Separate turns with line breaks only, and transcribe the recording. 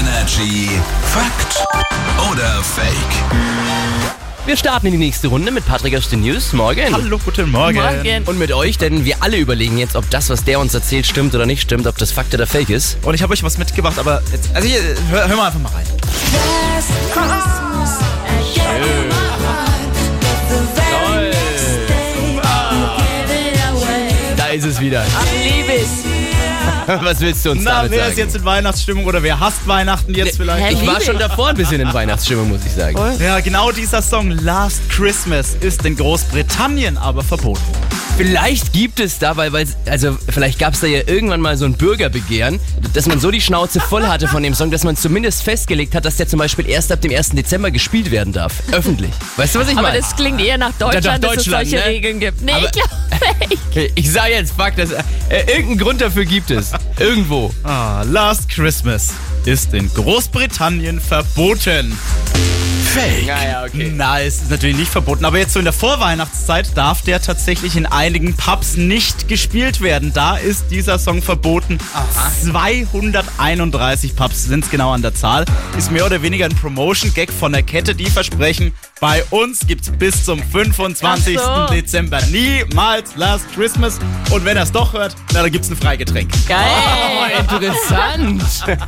Energy Fakt oder Fake?
Wir starten in die nächste Runde mit Patrick aus den News. Morgen.
Hallo, guten Morgen.
Morgen.
Und mit euch, denn wir alle überlegen jetzt, ob das, was der uns erzählt, stimmt oder nicht stimmt, ob das Fakt oder Fake ist.
Und ich habe euch was mitgebracht, aber jetzt, also hier, hör, hör mal einfach mal rein.
Da ist es wieder.
Liebes.
Was willst du uns
Na,
damit
wer
sagen?
ist jetzt in Weihnachtsstimmung oder wer hasst Weihnachten jetzt vielleicht?
Hä?
ich war
Liebe
schon
ich.
davor ein bisschen in Weihnachtsstimmung, muss ich sagen.
Ja, genau dieser Song Last Christmas ist in Großbritannien aber verboten.
Vielleicht gibt es da, weil, weil also vielleicht gab es da ja irgendwann mal so ein Bürgerbegehren, dass man so die Schnauze voll hatte von dem Song, dass man zumindest festgelegt hat, dass der zum Beispiel erst ab dem 1. Dezember gespielt werden darf. Öffentlich. Weißt du, was ich
Aber
meine?
das klingt eher nach Deutschland,
Ja, nach Deutschland,
dass es solche
ne?
Regeln gibt. Nee,
Aber-
ich glaube fake.
Ich sage jetzt, fuck, das, äh, irgendeinen Grund dafür gibt es. Irgendwo.
Ah, Last Christmas ist in Großbritannien verboten.
Fake.
ja,
Na, es ist natürlich nicht verboten, aber jetzt so in der Vorweihnachtszeit darf der tatsächlich in einigen Pubs nicht gespielt werden. Da ist dieser Song verboten. 231 Pubs sind es genau an der Zahl. Ist mehr oder weniger ein Promotion-Gag von der Kette, die versprechen, bei uns gibt's bis zum 25.
Ach so.
Dezember niemals Last Christmas. Und
Oh,
wenn er es doch hört, na, dann gibt's ein Freigetränk.
Geil.
Oh, interessant.